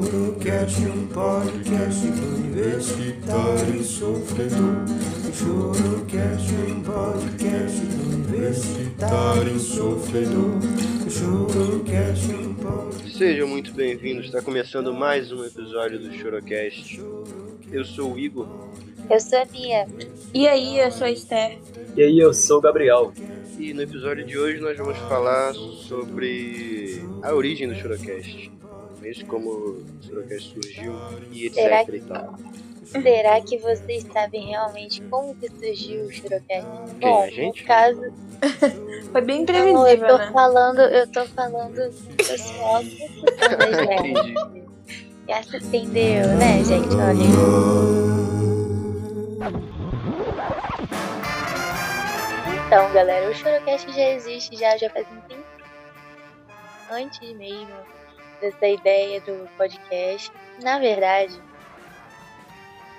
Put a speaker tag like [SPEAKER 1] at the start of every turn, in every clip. [SPEAKER 1] Podcast, um podcast universitário um sofredor. Chorocast, um podcast universitário um sofredor. Chorocast, um podcast.
[SPEAKER 2] Sejam muito bem-vindos, está começando mais um episódio do Chorocast. Eu sou o Igor
[SPEAKER 3] Eu sou a Bia.
[SPEAKER 4] E aí, eu sou a Esther.
[SPEAKER 5] E aí, eu sou o Gabriel.
[SPEAKER 2] e no episódio de hoje nós vamos falar sobre a origem do Chorocast. Mesmo como o Chorocast surgiu e etc
[SPEAKER 3] Será que-
[SPEAKER 2] e tal.
[SPEAKER 3] Será que vocês sabem realmente como que surgiu o Churocast?
[SPEAKER 2] Quem,
[SPEAKER 3] Bom,
[SPEAKER 2] a gente?
[SPEAKER 3] no caso,
[SPEAKER 4] Foi bem
[SPEAKER 3] não, eu
[SPEAKER 4] previsível,
[SPEAKER 3] tô
[SPEAKER 4] né?
[SPEAKER 3] falando, eu tô falando do pessoal que escuta, né,
[SPEAKER 2] Ah, Entendi.
[SPEAKER 3] gente? Já se entendeu, né, gente? Olha, então, galera, o Churocast já existe já, já faz um tempo. Antes mesmo dessa ideia do podcast. Na verdade,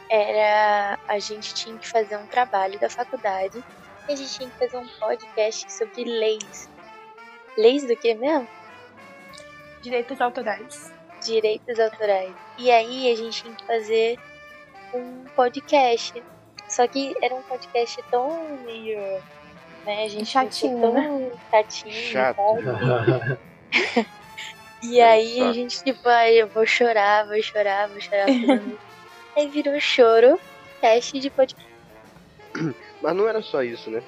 [SPEAKER 3] era a gente tinha que fazer um trabalho da faculdade e a gente tinha que fazer um podcast sobre leis. Leis do que mesmo?
[SPEAKER 4] Direitos autorais.
[SPEAKER 3] direitos autorais. E aí a gente tinha que fazer um podcast. Só que era um podcast tão meio. Né, a gente
[SPEAKER 4] Chatinho, né?
[SPEAKER 3] ficou tão chatinho. e
[SPEAKER 2] Chato.
[SPEAKER 3] tal.
[SPEAKER 4] É,
[SPEAKER 3] E aí a
[SPEAKER 2] Chato.
[SPEAKER 3] gente, tipo, ai, eu vou chorar, vou chorar, vou chorar. falando. aí virou um choro, teste de podcast.
[SPEAKER 2] Mas não era só isso, né?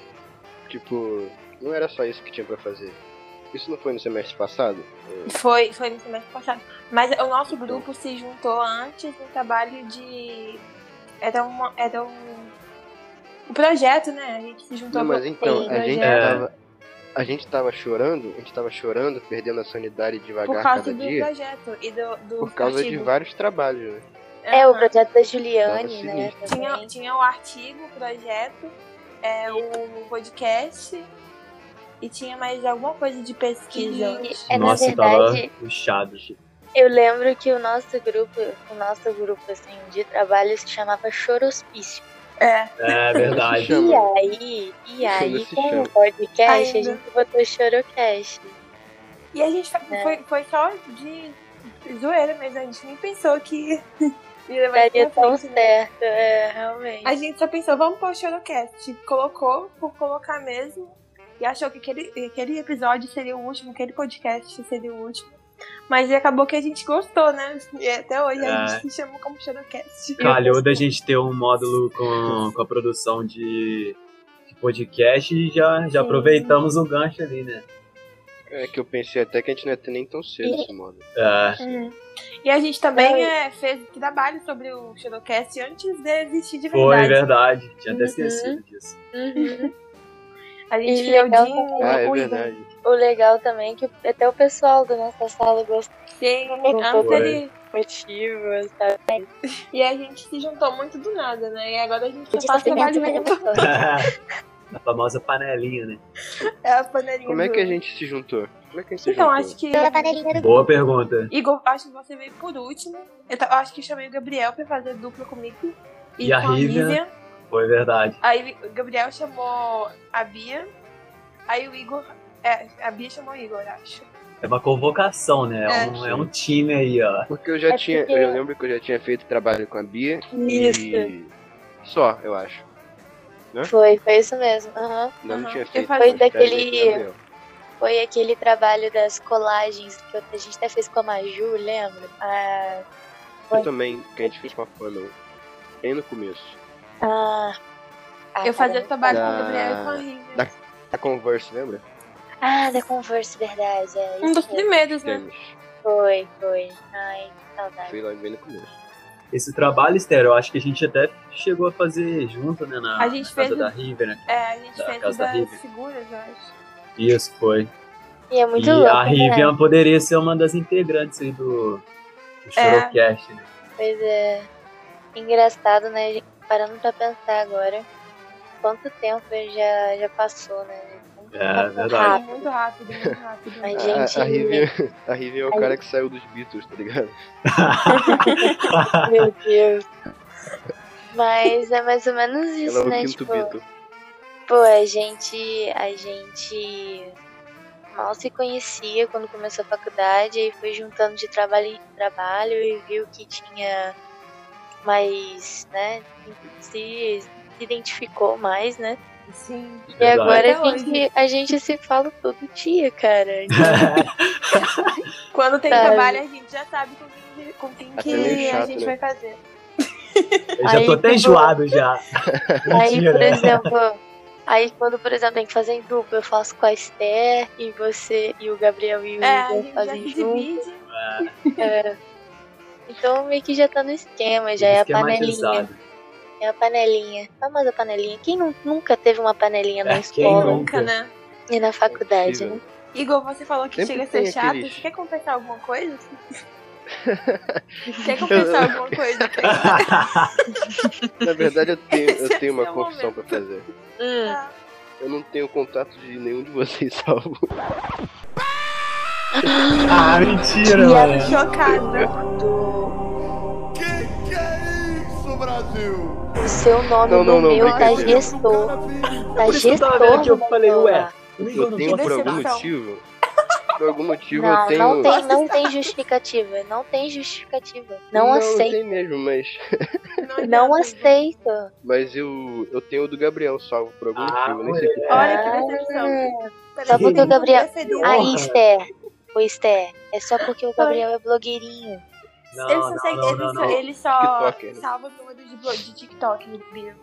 [SPEAKER 2] Tipo, não era só isso que tinha pra fazer. Isso não foi no semestre passado?
[SPEAKER 4] Foi, foi no semestre passado. Mas o nosso grupo se juntou antes no trabalho de. Era, uma, era um. O projeto, né? A gente se juntou
[SPEAKER 2] Não, mas
[SPEAKER 4] pro-
[SPEAKER 2] então,
[SPEAKER 4] pro
[SPEAKER 2] a gente
[SPEAKER 4] projeto
[SPEAKER 2] tava. A gente tava chorando, a gente tava chorando, perdendo a sanidade
[SPEAKER 4] por
[SPEAKER 2] devagar
[SPEAKER 4] causa
[SPEAKER 2] cada
[SPEAKER 4] do
[SPEAKER 2] dia,
[SPEAKER 4] projeto e do. do
[SPEAKER 2] por causa de
[SPEAKER 4] artigo.
[SPEAKER 2] vários trabalhos, né?
[SPEAKER 3] É, o
[SPEAKER 4] Aham.
[SPEAKER 3] projeto da Juliane,
[SPEAKER 2] Nossa,
[SPEAKER 3] né?
[SPEAKER 4] Tinha,
[SPEAKER 3] também.
[SPEAKER 4] tinha o artigo, o projeto, é, o podcast e tinha mais alguma coisa de pesquisa.
[SPEAKER 3] E- É, na
[SPEAKER 5] Nossa,
[SPEAKER 3] verdade,
[SPEAKER 5] tava puxado.
[SPEAKER 3] eu lembro que o nosso grupo, o nosso grupo assim, de trabalho se chamava Chorospício.
[SPEAKER 4] É,
[SPEAKER 5] É verdade.
[SPEAKER 2] Chama.
[SPEAKER 3] E aí, e aí,
[SPEAKER 2] Ainda se
[SPEAKER 3] com
[SPEAKER 2] chama.
[SPEAKER 3] o podcast, a
[SPEAKER 4] Ainda.
[SPEAKER 3] gente botou Chorocast.
[SPEAKER 4] E a gente fa- foi, foi só de zoeira mesmo, a gente nem pensou que ia levar
[SPEAKER 3] Daria
[SPEAKER 4] isso pra
[SPEAKER 3] tão
[SPEAKER 4] frente, né?
[SPEAKER 3] certo, é, realmente.
[SPEAKER 4] A gente só pensou, vamos pôr o Shadowcast. Colocou por colocar mesmo e achou que aquele, aquele episódio seria o último, aquele podcast seria o último. Mas acabou que a gente gostou, né? E até hoje a
[SPEAKER 5] É.
[SPEAKER 4] gente se chama como Shadowcast.
[SPEAKER 5] Calhou da gente ter um módulo com, com a produção de, de podcast e já, já
[SPEAKER 4] Sim.
[SPEAKER 5] aproveitamos o gancho ali, né?
[SPEAKER 2] É que eu pensei até que a gente não ia ter nem tão cedo esse modo.
[SPEAKER 5] É,
[SPEAKER 4] Hum. E a gente também é, fez trabalho sobre o Shadowcast antes de existir de
[SPEAKER 5] foi né?
[SPEAKER 4] verdade.
[SPEAKER 5] verdade. Tinha até
[SPEAKER 3] Uhum.
[SPEAKER 5] esquecido disso.
[SPEAKER 3] Uhum.
[SPEAKER 4] A gente
[SPEAKER 3] E
[SPEAKER 4] leu
[SPEAKER 3] legal
[SPEAKER 4] de um
[SPEAKER 2] Ah, é
[SPEAKER 4] Uiva.
[SPEAKER 2] verdade.
[SPEAKER 3] O legal também é que até o pessoal da nossa sala gostou
[SPEAKER 4] Sim, antes
[SPEAKER 3] Foi.
[SPEAKER 4] ele-
[SPEAKER 3] do motivo, sabe?
[SPEAKER 4] E a gente se juntou muito do nada, né? E agora a gente só
[SPEAKER 3] Podia
[SPEAKER 4] faz
[SPEAKER 3] ter
[SPEAKER 4] trabalho
[SPEAKER 3] feito mais
[SPEAKER 4] mesmo.
[SPEAKER 3] uma
[SPEAKER 5] a famosa panelinha, né?
[SPEAKER 4] É a panelinha.
[SPEAKER 2] Como é
[SPEAKER 4] do-
[SPEAKER 2] que a gente se juntou? Como é que a gente se
[SPEAKER 4] Então,
[SPEAKER 2] juntou?
[SPEAKER 4] acho que.
[SPEAKER 3] coisa.
[SPEAKER 5] Boa pergunta.
[SPEAKER 4] Igor, acho que você veio por último. Eu ta- acho que chamei o Gabriel pra fazer dupla comigo.
[SPEAKER 5] E a
[SPEAKER 4] com
[SPEAKER 5] Rívia?
[SPEAKER 4] Rívia.
[SPEAKER 5] Foi verdade.
[SPEAKER 4] Aí o Gabriel chamou a Bia. Aí o Igor. É, a Bia chamou o Igor, eu acho.
[SPEAKER 5] É uma convocação, né? É,
[SPEAKER 4] É.
[SPEAKER 5] um, é um time aí, ó.
[SPEAKER 2] Porque eu já
[SPEAKER 3] É
[SPEAKER 2] tinha.
[SPEAKER 3] porque-
[SPEAKER 2] Eu lembro que eu já tinha feito trabalho com a Bia
[SPEAKER 3] Isso.
[SPEAKER 2] e. Só, eu acho.
[SPEAKER 3] Foi, foi isso mesmo. aham.
[SPEAKER 2] Não, não
[SPEAKER 4] Aham.
[SPEAKER 2] tinha
[SPEAKER 4] Eu
[SPEAKER 2] feito.
[SPEAKER 4] falei
[SPEAKER 2] mas tá aí,
[SPEAKER 3] daquele-
[SPEAKER 2] Gabriel.
[SPEAKER 3] Foi aquele trabalho das colagens que a gente até fez com a Maju, lembra? Ah,
[SPEAKER 2] Eu também, que a gente fez com a Funnel. Bem no começo.
[SPEAKER 3] ah, ah,
[SPEAKER 4] eu fazia
[SPEAKER 3] caramba.
[SPEAKER 4] trabalho com
[SPEAKER 2] Da-
[SPEAKER 4] o Gabriel e com a Rívia.
[SPEAKER 2] da- A Converse, lembra?
[SPEAKER 3] Ah, da Converse, verdade. É,
[SPEAKER 4] Um dos
[SPEAKER 3] isso mesmo.
[SPEAKER 4] primeiros, né?
[SPEAKER 2] Temos.
[SPEAKER 3] Foi, foi. Ai, que saudade.
[SPEAKER 2] Foi lá bem no começo.
[SPEAKER 5] Esse trabalho, Esther, eu acho que a gente até chegou a fazer junto, né? Na,
[SPEAKER 4] A gente
[SPEAKER 5] na casa
[SPEAKER 4] fez-
[SPEAKER 5] da River, né?
[SPEAKER 4] É, a gente
[SPEAKER 5] Da
[SPEAKER 4] fez
[SPEAKER 5] casa da
[SPEAKER 4] das
[SPEAKER 5] Rívia.
[SPEAKER 4] figuras, eu acho.
[SPEAKER 5] Isso, foi.
[SPEAKER 3] E é muito
[SPEAKER 5] e
[SPEAKER 3] louco.
[SPEAKER 5] a
[SPEAKER 3] né?
[SPEAKER 5] Rivian poderia ser uma das integrantes aí do, do
[SPEAKER 4] É.
[SPEAKER 5] Showcast, né?
[SPEAKER 3] Pois é. Engraçado, né? gente? Parando pra pensar agora. Quanto tempo já, já passou, né? Muito
[SPEAKER 5] É,
[SPEAKER 3] tempo
[SPEAKER 5] verdade.
[SPEAKER 4] Foi
[SPEAKER 3] rápido.
[SPEAKER 4] Muito rápido, muito rápido.
[SPEAKER 3] Mas,
[SPEAKER 2] A- É, a-
[SPEAKER 3] gente,
[SPEAKER 2] a Rivian a Rivian é o
[SPEAKER 3] Aí-
[SPEAKER 2] cara que saiu dos Beatles, tá ligado?
[SPEAKER 3] meu Deus. Mas é mais ou menos isso,
[SPEAKER 2] Ela é o
[SPEAKER 3] né?
[SPEAKER 2] quinto
[SPEAKER 3] Tipo,
[SPEAKER 2] Beatle.
[SPEAKER 3] pô, a gente. A gente mal se conhecia quando começou a faculdade, aí foi juntando de trabalho em trabalho e viu que tinha mais, né, se, se identificou mais, né?
[SPEAKER 4] Sim.
[SPEAKER 3] E
[SPEAKER 5] Verdade.
[SPEAKER 3] agora
[SPEAKER 4] Até
[SPEAKER 3] a gente, a gente se fala todo dia, cara.
[SPEAKER 4] Quando tem
[SPEAKER 3] Sabe?
[SPEAKER 4] trabalho, a gente já sabe com quem, com quem
[SPEAKER 2] Até
[SPEAKER 4] que
[SPEAKER 2] Tá meio chato,
[SPEAKER 4] a
[SPEAKER 2] né?
[SPEAKER 4] gente vai fazer.
[SPEAKER 5] Eu já
[SPEAKER 3] Aí,
[SPEAKER 5] tô até
[SPEAKER 3] tipo,
[SPEAKER 5] enjoado já.
[SPEAKER 3] Aí, por
[SPEAKER 5] Mentira.
[SPEAKER 3] exemplo, aí quando, por exemplo, tem que fazer em dupla, eu faço com a Esther e você e o Gabriel e o
[SPEAKER 4] É, a
[SPEAKER 3] Igor
[SPEAKER 4] gente já se
[SPEAKER 3] fazem junto.
[SPEAKER 4] divide.
[SPEAKER 3] É. Então meio que já tá no esquema, já é a panelinha.
[SPEAKER 5] Esquematizado.
[SPEAKER 3] É a panelinha. Famosa panelinha. Quem nu- nunca teve uma panelinha na
[SPEAKER 5] É, quem
[SPEAKER 3] escola
[SPEAKER 5] não?
[SPEAKER 4] Nunca, né?
[SPEAKER 3] e na faculdade, né?
[SPEAKER 2] Impossível.
[SPEAKER 4] Igor, você falou que
[SPEAKER 2] Sempre
[SPEAKER 4] chega a
[SPEAKER 2] tem
[SPEAKER 4] ser chato.
[SPEAKER 2] aqueles-
[SPEAKER 4] Você quer confessar alguma coisa? quer confessar alguma coisa? Pedro?
[SPEAKER 2] Na verdade, eu tenho, eu tenho
[SPEAKER 4] Esse é
[SPEAKER 2] uma
[SPEAKER 4] o
[SPEAKER 2] confissão pra
[SPEAKER 4] momento.
[SPEAKER 2] fazer.
[SPEAKER 3] Hum,
[SPEAKER 4] Ah,
[SPEAKER 2] Eu não tenho contato de nenhum de vocês, salvo.
[SPEAKER 5] ah, mentira, mano.
[SPEAKER 4] Chocada.
[SPEAKER 3] do-
[SPEAKER 1] Que que é isso, Brasil?
[SPEAKER 3] o seu nome
[SPEAKER 2] Não, não,
[SPEAKER 3] no
[SPEAKER 2] não,
[SPEAKER 3] meu tá
[SPEAKER 2] brincadeira.
[SPEAKER 3] gestor. Tá
[SPEAKER 5] Por isso que eu tava vendo
[SPEAKER 3] gestor.
[SPEAKER 5] que eu
[SPEAKER 3] no
[SPEAKER 5] falei,
[SPEAKER 3] meu
[SPEAKER 5] ué,
[SPEAKER 3] lá.
[SPEAKER 2] Eu tenho por algum
[SPEAKER 4] decepção.
[SPEAKER 2] motivo. Por algum motivo
[SPEAKER 3] Não,
[SPEAKER 2] eu tenho.
[SPEAKER 3] não tem,
[SPEAKER 4] Posso
[SPEAKER 3] não tem justificativa. Não tem justificativa. é Não,
[SPEAKER 2] Não
[SPEAKER 3] aceito.
[SPEAKER 2] tem mesmo, mas.
[SPEAKER 3] Não
[SPEAKER 4] adianta, Igor.
[SPEAKER 3] aceito.
[SPEAKER 2] Mas eu, eu tenho o do Gabriel salvo por algum
[SPEAKER 5] Ah,
[SPEAKER 2] motivo. Eu nem sei
[SPEAKER 5] moleque.
[SPEAKER 2] porquê.
[SPEAKER 4] Olha que decepção. um
[SPEAKER 3] Só porque o Gabriel-
[SPEAKER 4] Preferiu-
[SPEAKER 5] Ai,
[SPEAKER 3] Aí, Esther. Ô, Esther. É só porque o Gabriel é blogueirinho.
[SPEAKER 5] Não,
[SPEAKER 4] ele
[SPEAKER 5] não,
[SPEAKER 4] só, segue-
[SPEAKER 5] não,
[SPEAKER 4] ele
[SPEAKER 5] não,
[SPEAKER 4] só-
[SPEAKER 5] não.
[SPEAKER 4] ele só
[SPEAKER 2] TikToker.
[SPEAKER 4] salva número de, blo- de TikTok, meu Deus.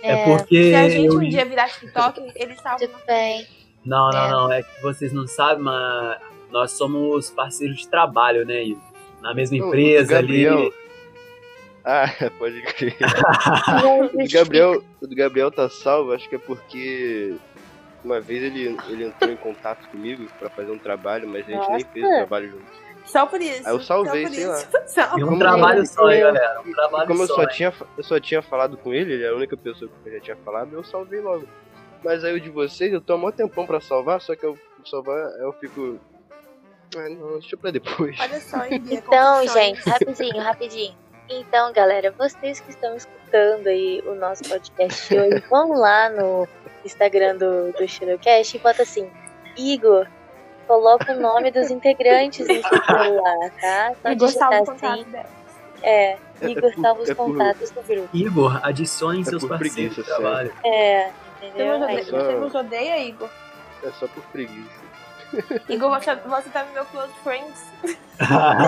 [SPEAKER 5] É porque
[SPEAKER 4] Se a gente
[SPEAKER 5] eu
[SPEAKER 4] um dia virar TikTok, ele salva.
[SPEAKER 3] Tudo bem.
[SPEAKER 5] Não, não,
[SPEAKER 3] É.
[SPEAKER 5] não. É que vocês não sabem, mas nós somos parceiros de trabalho, né, Igor? Na mesma
[SPEAKER 2] O- o
[SPEAKER 5] empresa ali.
[SPEAKER 2] Gabriel- Ah, pode crer.
[SPEAKER 3] Não
[SPEAKER 2] O do
[SPEAKER 3] justifica.
[SPEAKER 2] Gabriel, o do Gabriel tá salvo, acho que é porque uma vez ele, ele entrou em contato comigo pra fazer um trabalho, mas a gente nem fez o
[SPEAKER 3] Nossa.
[SPEAKER 2] trabalho junto.
[SPEAKER 4] Só por isso.
[SPEAKER 2] Ah, eu salvei,
[SPEAKER 4] só por
[SPEAKER 2] sei
[SPEAKER 4] isso.
[SPEAKER 2] lá.
[SPEAKER 5] E
[SPEAKER 4] Salva.
[SPEAKER 5] um trabalho só, hein,
[SPEAKER 2] Eu-
[SPEAKER 5] galera? Um
[SPEAKER 2] E
[SPEAKER 5] trabalho
[SPEAKER 2] é? como eu
[SPEAKER 5] só.
[SPEAKER 2] só,
[SPEAKER 5] hein?
[SPEAKER 2] tinha, eu só tinha falado com ele, ele é a única pessoa que eu já tinha falado, eu salvei logo. Mas aí o de vocês, eu tô há mó tempão pra salvar, só que eu salvar, eu fico. Ah, não, deixa pra depois.
[SPEAKER 4] Olha só, hein, Bia,
[SPEAKER 3] Então,
[SPEAKER 4] confissões.
[SPEAKER 3] gente, rapidinho, rapidinho. Então, galera, vocês que estão escutando aí o nosso podcast de hoje, vão lá no Instagram do, do Shadowcast e bota assim, Igor, coloca o nome dos integrantes no seu celular, tá? Só
[SPEAKER 4] Igor
[SPEAKER 3] digitar
[SPEAKER 4] salva o contato
[SPEAKER 3] assim,
[SPEAKER 4] dela.
[SPEAKER 3] é,
[SPEAKER 2] É- é
[SPEAKER 3] Igor
[SPEAKER 2] por-
[SPEAKER 3] salva os
[SPEAKER 2] é por-
[SPEAKER 3] contatos do grupo.
[SPEAKER 5] Igor, adicione seus
[SPEAKER 2] É por
[SPEAKER 5] parceiros
[SPEAKER 2] preguiça,
[SPEAKER 5] de trabalho.
[SPEAKER 3] É,
[SPEAKER 4] Você
[SPEAKER 3] entendeu?
[SPEAKER 4] nos
[SPEAKER 3] Aí,
[SPEAKER 4] odeia, você nos odeia, Igor?
[SPEAKER 2] É só por preguiça.
[SPEAKER 4] Igor, você, você tá no meu close friends.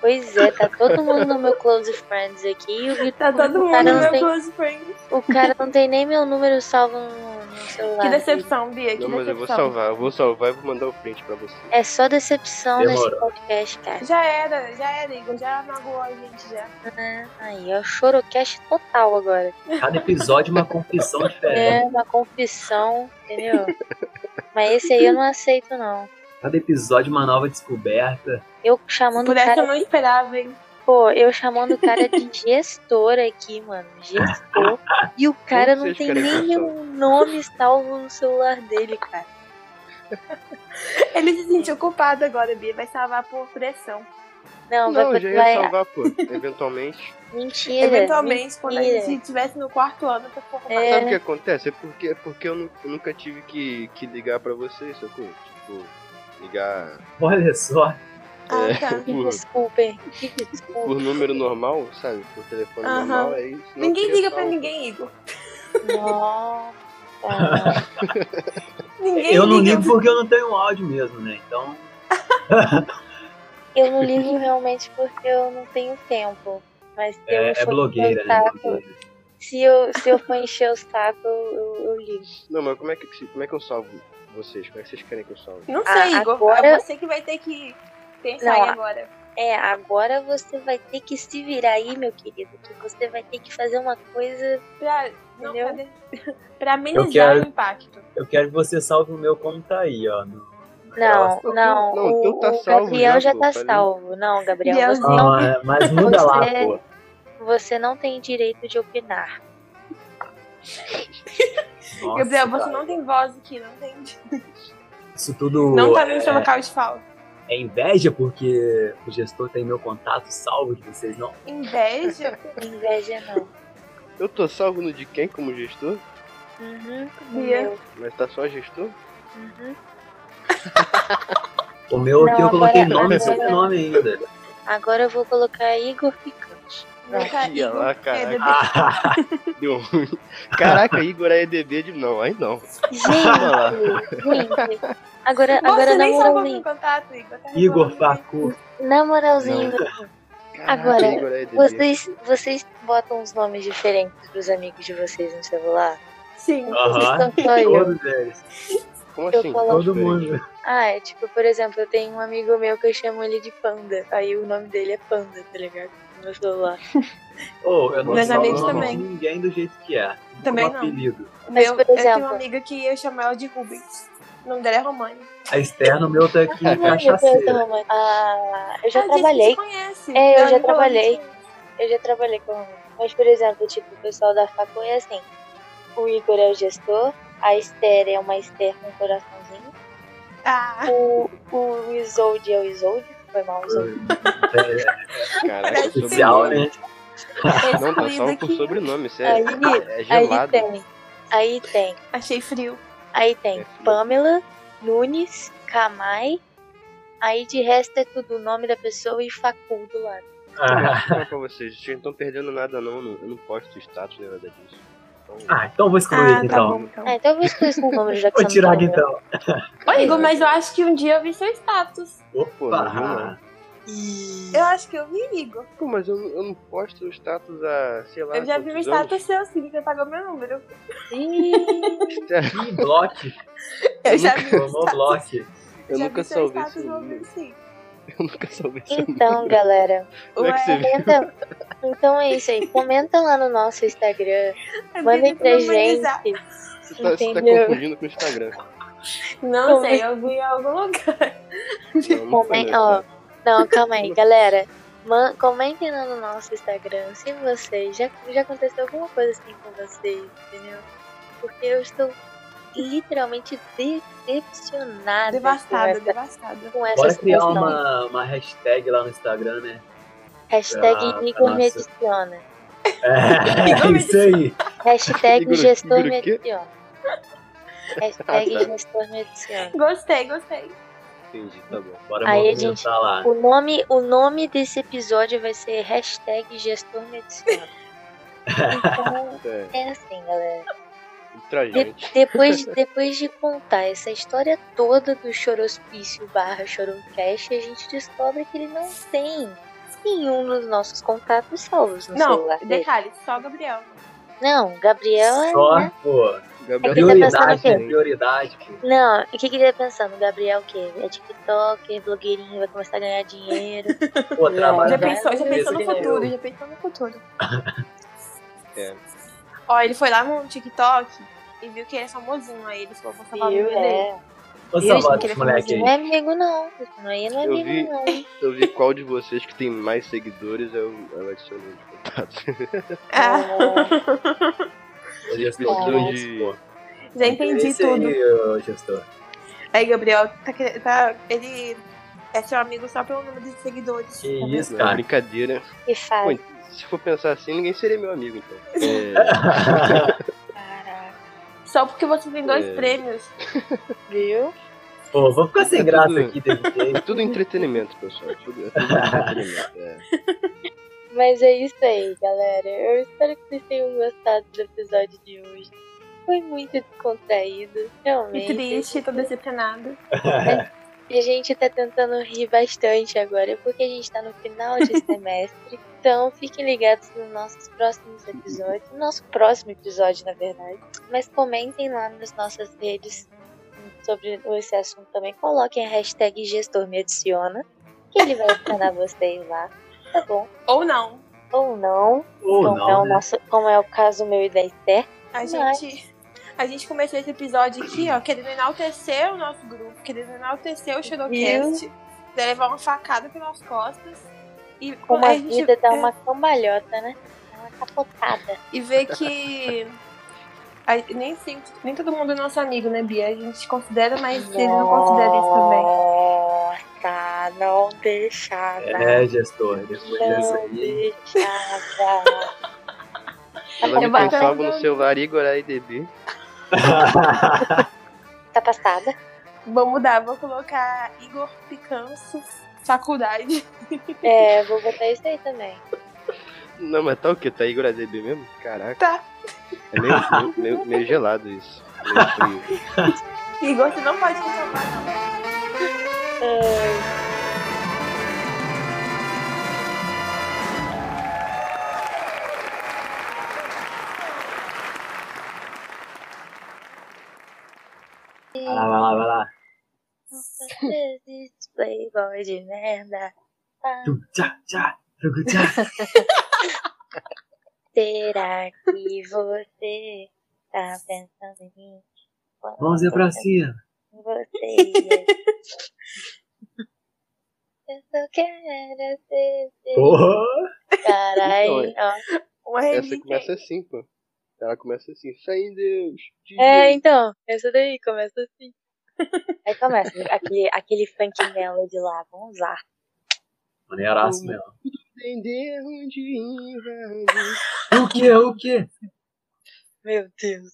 [SPEAKER 3] Pois é, tá todo mundo no meu Close Friends aqui. E o, Vitor-
[SPEAKER 4] Tá todo
[SPEAKER 3] o, cara
[SPEAKER 4] mundo no
[SPEAKER 3] não
[SPEAKER 4] meu
[SPEAKER 3] tem,
[SPEAKER 4] close friends.
[SPEAKER 3] o cara não tem nem meu número salvo no, no celular.
[SPEAKER 4] Que
[SPEAKER 3] dele.
[SPEAKER 4] decepção, Bia, que
[SPEAKER 2] Não, mas eu vou
[SPEAKER 4] decepção.
[SPEAKER 2] salvar, eu vou salvar e vou mandar o print pra você.
[SPEAKER 3] É só decepção nesse
[SPEAKER 5] Demorou.
[SPEAKER 3] podcast, cara.
[SPEAKER 4] Já era, já era, Igor, já magoou a gente já.
[SPEAKER 3] Tá Aí, ó, chorocast total agora.
[SPEAKER 5] Cada episódio uma confissão diferente.
[SPEAKER 3] É uma confissão, entendeu? Mas esse aí eu não aceito, não.
[SPEAKER 5] Cada episódio uma nova descoberta.
[SPEAKER 3] Eu chamando o
[SPEAKER 4] Por essa eu
[SPEAKER 3] cara.
[SPEAKER 4] não esperava, hein?
[SPEAKER 3] Pô, eu chamando o cara de gestor aqui, mano. Gestor. E o cara não
[SPEAKER 2] vocês
[SPEAKER 3] tem
[SPEAKER 2] querem
[SPEAKER 3] nem
[SPEAKER 2] gestor?
[SPEAKER 3] o nome salvo no celular dele, cara.
[SPEAKER 4] Ele se sentiu culpado agora, Bia, vai salvar por pressão.
[SPEAKER 3] Não,
[SPEAKER 2] Não,
[SPEAKER 3] vai,
[SPEAKER 2] eu já ia
[SPEAKER 3] vai-
[SPEAKER 2] salvar, pô, eventualmente.
[SPEAKER 3] Mentira.
[SPEAKER 4] Eventualmente, quando a
[SPEAKER 3] mentira.
[SPEAKER 4] gente estivesse no quarto ano pra formar.
[SPEAKER 3] É.
[SPEAKER 2] Sabe o que acontece? É porque, é porque eu, nu- eu nunca tive que, que ligar pra vocês, sacou? Tipo, ligar
[SPEAKER 5] Olha só.
[SPEAKER 4] Ah, tá.
[SPEAKER 3] Me
[SPEAKER 2] por,
[SPEAKER 3] desculpem. Me
[SPEAKER 2] por
[SPEAKER 3] desculpem.
[SPEAKER 2] número normal, sabe? Por telefone
[SPEAKER 4] Aham.
[SPEAKER 2] normal, é isso. Não,
[SPEAKER 4] Ninguém
[SPEAKER 2] seria
[SPEAKER 4] liga pra
[SPEAKER 2] salvo.
[SPEAKER 4] ninguém, Igor.
[SPEAKER 3] Nossa.
[SPEAKER 4] Ninguém
[SPEAKER 5] Eu não
[SPEAKER 4] liga.
[SPEAKER 5] ligo porque eu não tenho áudio mesmo, né? Então.
[SPEAKER 3] Eu não ligo realmente porque eu não tenho tempo. Mas se eu
[SPEAKER 5] É,
[SPEAKER 3] for
[SPEAKER 5] é blogueira,
[SPEAKER 3] encher
[SPEAKER 5] né?
[SPEAKER 3] o saco,
[SPEAKER 5] Blogueira.
[SPEAKER 3] se, eu, se eu for encher o saco, eu, eu ligo.
[SPEAKER 2] Não, mas como é, que, como é que eu salvo vocês? Como é que vocês querem que eu salve?
[SPEAKER 4] Não sei,
[SPEAKER 3] Ah,
[SPEAKER 4] Igor.
[SPEAKER 3] agora-
[SPEAKER 4] É você que vai ter que pensar
[SPEAKER 3] Não,
[SPEAKER 4] aí agora.
[SPEAKER 3] É, agora você vai ter que se virar aí, meu querido. Que você vai ter que fazer uma coisa.
[SPEAKER 4] Pra, não,
[SPEAKER 3] Entendeu?
[SPEAKER 4] pra, de- pra amenizar
[SPEAKER 5] Eu quero-
[SPEAKER 4] o impacto.
[SPEAKER 5] Eu quero que você salve o meu como tá aí, ó. no-
[SPEAKER 3] Não,
[SPEAKER 2] Não,
[SPEAKER 3] não.
[SPEAKER 2] não,
[SPEAKER 3] o,
[SPEAKER 2] então tá
[SPEAKER 3] o
[SPEAKER 2] salvo
[SPEAKER 3] Gabriel
[SPEAKER 2] já,
[SPEAKER 3] já,
[SPEAKER 2] pô,
[SPEAKER 3] tá
[SPEAKER 2] falei.
[SPEAKER 3] salvo. Não, Gabriel, você
[SPEAKER 4] Gabrielzinho.
[SPEAKER 3] não,
[SPEAKER 5] Ah, é, mas muda lá,
[SPEAKER 3] Você-
[SPEAKER 5] pô.
[SPEAKER 3] você não tem direito de opinar.
[SPEAKER 5] Nossa,
[SPEAKER 4] Gabriel,
[SPEAKER 5] cara,
[SPEAKER 4] você não tem voz aqui, não tem.
[SPEAKER 5] Isso tudo
[SPEAKER 4] Não tá no seu local de fala.
[SPEAKER 5] é inveja porque o gestor tem meu contato salvo de vocês, não?
[SPEAKER 4] Inveja?
[SPEAKER 3] Inveja não.
[SPEAKER 2] Eu tô salvo no de quem como gestor?
[SPEAKER 3] Uhum,
[SPEAKER 4] Bia.
[SPEAKER 3] meu.
[SPEAKER 2] Mas tá só gestor?
[SPEAKER 3] Uhum.
[SPEAKER 5] O meu aqui
[SPEAKER 3] Não,
[SPEAKER 5] eu coloquei
[SPEAKER 3] agora- é
[SPEAKER 5] nome
[SPEAKER 3] agora-
[SPEAKER 5] e sobrenome ainda.
[SPEAKER 3] Agora eu vou colocar Igor Ficante.
[SPEAKER 2] Aqui, ó, lá, Ah,
[SPEAKER 4] é
[SPEAKER 2] caraca.
[SPEAKER 5] Ah,
[SPEAKER 2] Deu ruim. Caraca, Igor é EDB de não, aí não. Vamos lá.
[SPEAKER 3] Gente, gente. Agora, agora um
[SPEAKER 4] Você
[SPEAKER 3] na
[SPEAKER 4] nem salvou meu
[SPEAKER 3] moralzinha.
[SPEAKER 4] contato, Igor. Tá
[SPEAKER 5] Igor
[SPEAKER 4] resolvido.
[SPEAKER 5] Facu.
[SPEAKER 3] Na moralzinha,
[SPEAKER 2] Caraca,
[SPEAKER 3] Agora,
[SPEAKER 2] Igor é EDB.
[SPEAKER 3] vocês, vocês botam uns nomes diferentes pros amigos de vocês no celular?
[SPEAKER 4] Sim.
[SPEAKER 3] Vocês
[SPEAKER 5] Aham.
[SPEAKER 3] são só eu.
[SPEAKER 5] Todos eles.
[SPEAKER 2] Como
[SPEAKER 3] eu
[SPEAKER 2] assim?
[SPEAKER 3] coloco-
[SPEAKER 5] Todo mundo.
[SPEAKER 3] Ah, é tipo, por exemplo, eu tenho um amigo meu que eu chamo ele de Panda. Aí o nome dele é Panda, tá ligado? No meu celular.
[SPEAKER 5] Oh, eu não
[SPEAKER 4] Meus
[SPEAKER 5] falo
[SPEAKER 4] amigos
[SPEAKER 5] o nome
[SPEAKER 4] também.
[SPEAKER 5] de ninguém do jeito que é.
[SPEAKER 4] Também
[SPEAKER 5] um
[SPEAKER 4] não.
[SPEAKER 5] apelido.
[SPEAKER 3] Mas,
[SPEAKER 4] Meu-
[SPEAKER 3] por
[SPEAKER 4] Eu tenho
[SPEAKER 3] exemplo-
[SPEAKER 4] uma amiga que eu chamo ela de Rubens. O nome dela é Romani.
[SPEAKER 5] A Esther, no meu tá aqui, cachaceira.
[SPEAKER 3] assim, Ah, eu já
[SPEAKER 4] Ah, diz que
[SPEAKER 3] trabalhei
[SPEAKER 4] se conhece.
[SPEAKER 3] É, eu
[SPEAKER 4] Ela
[SPEAKER 3] já
[SPEAKER 4] me falou
[SPEAKER 3] trabalhei.
[SPEAKER 4] disso.
[SPEAKER 3] Eu já trabalhei com. Mas, por exemplo, tipo, o pessoal da facu é assim: o Igor é o gestor, a Esther é uma Esther com coraçãozinho,
[SPEAKER 4] Ah,
[SPEAKER 3] o, o Isolde é o Isolde, foi mal, Isolde.
[SPEAKER 5] É,
[SPEAKER 2] Caraca,
[SPEAKER 4] Parece um
[SPEAKER 5] oficial, né?
[SPEAKER 2] Não, tá
[SPEAKER 4] excluído
[SPEAKER 2] salvo por
[SPEAKER 4] aqui.
[SPEAKER 2] sobrenome, isso é,
[SPEAKER 3] Aí,
[SPEAKER 2] é
[SPEAKER 3] aí
[SPEAKER 2] gelado.
[SPEAKER 3] tem. Aí tem.
[SPEAKER 4] Achei frio.
[SPEAKER 3] Aí tem
[SPEAKER 2] É frio.
[SPEAKER 3] Pamela, Nunes, Kamai. Aí de resto é tudo o nome da pessoa e facu do lado.
[SPEAKER 5] Ah,
[SPEAKER 2] Não é pra vocês, vocês não estão perdendo nada não, eu não- eu não posto status nem nada disso. Então,
[SPEAKER 5] ah, então vou excluir,
[SPEAKER 4] Ah, tá
[SPEAKER 5] então.
[SPEAKER 4] bom, então.
[SPEAKER 3] Ah, então eu vou escolher esse número já que
[SPEAKER 5] Vou
[SPEAKER 3] você não
[SPEAKER 5] tirar
[SPEAKER 3] tá
[SPEAKER 5] aqui,
[SPEAKER 3] lembrando.
[SPEAKER 5] então.
[SPEAKER 4] Ô, Igor, mas eu acho que um dia eu vi seu status.
[SPEAKER 2] Pô, não viu, não.
[SPEAKER 5] Opa!
[SPEAKER 4] Eu acho que eu vi, Igor.
[SPEAKER 2] Pô, mas eu, eu não posto o status há, sei lá,
[SPEAKER 4] Eu já vi um
[SPEAKER 2] quantos
[SPEAKER 4] status seu, sim, você pagou meu número.
[SPEAKER 2] então.
[SPEAKER 3] Ih,
[SPEAKER 2] anos.
[SPEAKER 5] Ih, block.
[SPEAKER 4] Eu já vi um
[SPEAKER 5] Tomou
[SPEAKER 4] status.
[SPEAKER 5] block.
[SPEAKER 2] Eu
[SPEAKER 4] já
[SPEAKER 2] nunca
[SPEAKER 4] vi seu
[SPEAKER 2] salvei
[SPEAKER 4] status
[SPEAKER 2] seu
[SPEAKER 4] no meu,
[SPEAKER 2] número.
[SPEAKER 4] sim.
[SPEAKER 2] Eu nunca salvei seu número.
[SPEAKER 3] Então, galera.
[SPEAKER 2] Como é que você
[SPEAKER 4] Ué,
[SPEAKER 2] viu?
[SPEAKER 3] Comenta- Então é isso aí. Comenta lá no nosso Instagram.
[SPEAKER 4] eu
[SPEAKER 3] Mandem
[SPEAKER 4] vi
[SPEAKER 3] pra
[SPEAKER 4] pra é humanizar.
[SPEAKER 3] gente.
[SPEAKER 2] Você tá, você tá
[SPEAKER 3] Entendeu?
[SPEAKER 2] confundindo com o Instagram.
[SPEAKER 4] Não
[SPEAKER 3] é
[SPEAKER 4] sei, eu vi em algum lugar.
[SPEAKER 2] Não, Então, não né? foi
[SPEAKER 3] Comen-
[SPEAKER 2] meu,
[SPEAKER 3] ó,
[SPEAKER 2] cara.
[SPEAKER 3] Não, calma aí, galera. Man comentem lá no nosso Instagram se vocês. Já, já aconteceu alguma coisa assim com vocês, entendeu? Porque eu estou literalmente decepcionada.
[SPEAKER 4] Devastada,
[SPEAKER 3] com essa,
[SPEAKER 4] devastada.
[SPEAKER 3] com essa
[SPEAKER 5] Bora criar
[SPEAKER 3] situação.
[SPEAKER 5] uma, uma hashtag lá no Instagram, né?
[SPEAKER 3] Hashtag
[SPEAKER 5] Ah,
[SPEAKER 3] Igor me
[SPEAKER 5] nossa.
[SPEAKER 3] adiciona.
[SPEAKER 5] É, é isso aí.
[SPEAKER 3] Hashtag
[SPEAKER 2] Igor-
[SPEAKER 3] gestor
[SPEAKER 2] Igor o
[SPEAKER 3] me
[SPEAKER 2] quê?
[SPEAKER 3] adiciona. Hashtag
[SPEAKER 2] Ah, tá.
[SPEAKER 3] gestor me adiciona.
[SPEAKER 4] Gostei, gostei.
[SPEAKER 2] Entendi, tá bom.
[SPEAKER 5] Bora
[SPEAKER 3] Aí a
[SPEAKER 5] movimentar
[SPEAKER 3] gente-
[SPEAKER 5] lá.
[SPEAKER 3] O nome, o nome desse episódio vai ser hashtag gestor medicina. Então,
[SPEAKER 2] É,
[SPEAKER 3] é assim, galera.
[SPEAKER 2] entra gente.
[SPEAKER 3] Depois, depois de contar essa história toda do chorospício barra choroncast, a gente descobre que ele não tem nenhum dos nossos contatos salvos no
[SPEAKER 4] Não, né?
[SPEAKER 3] celular dele.
[SPEAKER 4] detalhe, só o Gabriel.
[SPEAKER 3] Não, Gabriel
[SPEAKER 4] né?
[SPEAKER 3] é...
[SPEAKER 5] Só, pô.
[SPEAKER 2] Gabriel
[SPEAKER 3] Ele tá pensando
[SPEAKER 5] Prioridade,
[SPEAKER 3] o quê?
[SPEAKER 5] né? prioridade. pô.
[SPEAKER 3] Não, o que que ele tá pensando? Gabriel o quê? É tiktoker, blogueirinho, vai começar a ganhar dinheiro.
[SPEAKER 5] Pô,
[SPEAKER 3] Não,
[SPEAKER 5] trabalho.
[SPEAKER 4] Já
[SPEAKER 3] Gabriel
[SPEAKER 4] pensou, já
[SPEAKER 3] é
[SPEAKER 4] pensou no
[SPEAKER 5] esse que
[SPEAKER 4] futuro,
[SPEAKER 5] eu-
[SPEAKER 4] já pensou no futuro.
[SPEAKER 2] É.
[SPEAKER 4] Ó, ele foi lá no TikTok e viu que ele é famosinho, aí ele falou, vou salvar o
[SPEAKER 3] Viu?
[SPEAKER 4] número dele.
[SPEAKER 3] É.
[SPEAKER 5] Ô,
[SPEAKER 4] Ele
[SPEAKER 5] salvado
[SPEAKER 4] queria
[SPEAKER 5] esse moleque
[SPEAKER 4] fazer
[SPEAKER 5] aí.
[SPEAKER 3] Não é amigo não, isso aí não é
[SPEAKER 2] Eu
[SPEAKER 3] amigo
[SPEAKER 2] vi-
[SPEAKER 3] não.
[SPEAKER 2] Eu vi qual de vocês que tem mais seguidores, eu, eu adiciono de contato.
[SPEAKER 4] Ah,
[SPEAKER 3] é.
[SPEAKER 5] Ô, gestor,
[SPEAKER 2] Precisam
[SPEAKER 3] Caralho.
[SPEAKER 2] de...
[SPEAKER 5] É, pô.
[SPEAKER 4] né? É. já entendi
[SPEAKER 5] Esse
[SPEAKER 4] tudo.
[SPEAKER 5] Aí, ô, gestor.
[SPEAKER 4] Aí, Gabriel, tá, quer- tá, ele é seu amigo só pelo número de seguidores.
[SPEAKER 5] Que
[SPEAKER 4] Tá vendo?
[SPEAKER 5] isso,
[SPEAKER 2] Não,
[SPEAKER 5] cara.
[SPEAKER 2] brincadeira.
[SPEAKER 3] É, Que
[SPEAKER 2] Pô,
[SPEAKER 3] faz.
[SPEAKER 2] se for pensar assim, ninguém seria meu amigo, então. É,
[SPEAKER 3] Caraca.
[SPEAKER 4] Só porque você tem dois
[SPEAKER 2] É.
[SPEAKER 4] prêmios.
[SPEAKER 3] Viu?
[SPEAKER 5] Pô, vou ficar sem
[SPEAKER 2] É
[SPEAKER 5] graça
[SPEAKER 2] tudo-
[SPEAKER 5] aqui desse
[SPEAKER 2] é
[SPEAKER 5] jeito.
[SPEAKER 2] tudo entretenimento, pessoal. É tudo, é tudo entretenimento. É.
[SPEAKER 3] Mas é isso aí, galera. Eu espero que vocês tenham gostado do episódio de hoje. Foi muito descontraído,
[SPEAKER 4] Que
[SPEAKER 3] realmente.
[SPEAKER 4] triste, tô decepcionada.
[SPEAKER 3] E a gente tá tentando rir bastante agora, porque a gente tá no final de semestre. então fiquem ligados nos nossos próximos episódios. No nosso próximo episódio, na verdade. Mas comentem lá nas nossas redes sobre esse assunto também. Coloquem a hashtag gestor me adiciona, que ele vai adicionar vocês lá, tá bom?
[SPEAKER 4] Ou não.
[SPEAKER 3] Ou não.
[SPEAKER 5] Ou
[SPEAKER 4] Então,
[SPEAKER 3] como, é o
[SPEAKER 5] não, né?
[SPEAKER 3] nosso- como é o caso meu e da Esther.
[SPEAKER 4] A
[SPEAKER 3] Não.
[SPEAKER 4] gente, a gente começou esse episódio aqui, ó, querendo enaltecer o nosso grupo, querendo enaltecer o Shadowcast, de levar uma facada pelas costas. E
[SPEAKER 3] Como a,
[SPEAKER 4] a gente
[SPEAKER 3] vida dá
[SPEAKER 4] é,
[SPEAKER 3] uma cambalhota, né? Dá Uma capotada.
[SPEAKER 4] e ver que a- nem, sim, nem todo mundo é nosso amigo, né, Bia? A gente considera, mas eles não consideram isso também.
[SPEAKER 3] Nossa, não deixava.
[SPEAKER 4] né?
[SPEAKER 5] É, gestor. Depois dessa
[SPEAKER 3] não
[SPEAKER 5] aí.
[SPEAKER 3] deixava. Tá
[SPEAKER 2] Ela
[SPEAKER 4] Eu
[SPEAKER 2] me
[SPEAKER 4] vou
[SPEAKER 2] fez
[SPEAKER 4] até
[SPEAKER 2] salvo no
[SPEAKER 4] olhar.
[SPEAKER 2] celular Igor AIDB.
[SPEAKER 3] Tá passada?
[SPEAKER 4] Vou mudar, vou colocar Igor Picanço, faculdade.
[SPEAKER 3] É, vou botar isso aí também.
[SPEAKER 2] Não, mas tá o quê? Tá Igor ADB mesmo? Caraca.
[SPEAKER 4] Tá.
[SPEAKER 2] É meio, meio- meio- meio gelado isso. Meio frio.
[SPEAKER 4] Igor, você não pode reclamar, não.
[SPEAKER 5] Vai lá, vai lá, vai lá.
[SPEAKER 3] Esse Playboy de merda.
[SPEAKER 5] Tum, tchá, tchá, trucu, tchá.
[SPEAKER 3] Será que você tá pensando em mim? Quando
[SPEAKER 5] Mãozinha pra
[SPEAKER 3] você
[SPEAKER 5] cima.
[SPEAKER 3] Você. Eu só quero ser.
[SPEAKER 5] Porra!
[SPEAKER 3] Caralho, ó.
[SPEAKER 4] Uma
[SPEAKER 2] Essa
[SPEAKER 4] relíquia.
[SPEAKER 2] começa assim, pô. Ela começa assim, sem Deus. de
[SPEAKER 5] Uhum.
[SPEAKER 3] É,
[SPEAKER 2] Deus.
[SPEAKER 3] então, essa daí começa assim. Aí começa aquele, aquele funk melody lá, vamos lá.
[SPEAKER 5] Maneiraço mesmo.
[SPEAKER 2] Entender onde invade.
[SPEAKER 5] O que? O que?
[SPEAKER 3] Meu Deus.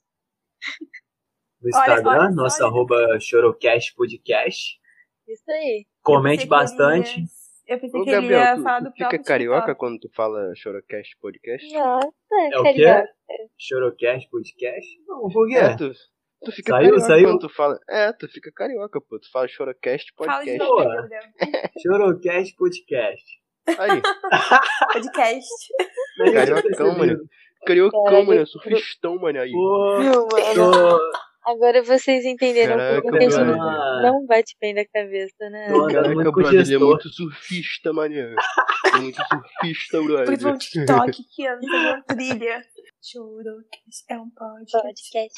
[SPEAKER 5] No
[SPEAKER 4] Olha,
[SPEAKER 5] Instagram,
[SPEAKER 4] olha só,
[SPEAKER 5] nosso
[SPEAKER 4] olha.
[SPEAKER 5] arroba Chorocast Podcast.
[SPEAKER 3] Isso aí.
[SPEAKER 5] Comente
[SPEAKER 4] Eu pensei que ele
[SPEAKER 5] bastante.
[SPEAKER 4] ia- né? Eu pensei
[SPEAKER 2] Ô,
[SPEAKER 4] que ele
[SPEAKER 2] Gabriel,
[SPEAKER 4] ia
[SPEAKER 2] tu,
[SPEAKER 4] falar do
[SPEAKER 2] tu fica
[SPEAKER 4] próprio
[SPEAKER 2] carioca
[SPEAKER 4] TikTok.
[SPEAKER 2] quando tu fala Chorocast Podcast?
[SPEAKER 3] Nossa,
[SPEAKER 5] É o quê?
[SPEAKER 3] carioca.
[SPEAKER 5] Chorocast Podcast? Não, por quê?
[SPEAKER 2] É, tu, tu fica
[SPEAKER 5] Saiu,
[SPEAKER 2] carioca
[SPEAKER 5] saiu?
[SPEAKER 2] quando tu fala. É, tu fica carioca, pô. Tu fala Chorocast
[SPEAKER 4] Fala de
[SPEAKER 2] Podcast.
[SPEAKER 4] novo,
[SPEAKER 5] Podcast.
[SPEAKER 4] Gabriel.
[SPEAKER 5] Chorocast Podcast.
[SPEAKER 2] Aí,
[SPEAKER 4] Podcast.
[SPEAKER 5] Não é que eu tinha
[SPEAKER 2] Cariocão,
[SPEAKER 5] percebido.
[SPEAKER 2] mano. cariocão,
[SPEAKER 3] Caralho,
[SPEAKER 2] mano. né? Surfistão, mano. Aí.
[SPEAKER 5] Pô,
[SPEAKER 3] Meu,
[SPEAKER 4] é
[SPEAKER 3] mano.
[SPEAKER 4] um
[SPEAKER 5] tô,
[SPEAKER 3] Agora vocês entenderam
[SPEAKER 2] Caraca,
[SPEAKER 3] porque o
[SPEAKER 5] tô
[SPEAKER 3] texto
[SPEAKER 2] mano.
[SPEAKER 5] na-
[SPEAKER 3] não bate bem da cabeça, né?
[SPEAKER 5] Tô andando
[SPEAKER 2] Caraca,
[SPEAKER 5] muito com
[SPEAKER 2] brother, ele é
[SPEAKER 5] gestor.
[SPEAKER 2] muito surfista, mano. Ele É muito surfista,
[SPEAKER 4] Porque foi um
[SPEAKER 2] brother.
[SPEAKER 4] TikTok que anda com uma trilha. Juro que é um podcast.
[SPEAKER 3] Podcast.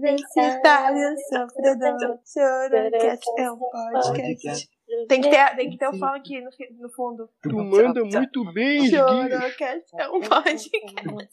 [SPEAKER 4] Necessitário, sofredor. Juro que é um podcast. Tem que ter, tem que ter o fone aqui no, fi- no fundo.
[SPEAKER 2] Tu manda
[SPEAKER 3] um
[SPEAKER 2] muito bem, Gui.
[SPEAKER 4] Juro que é um podcast.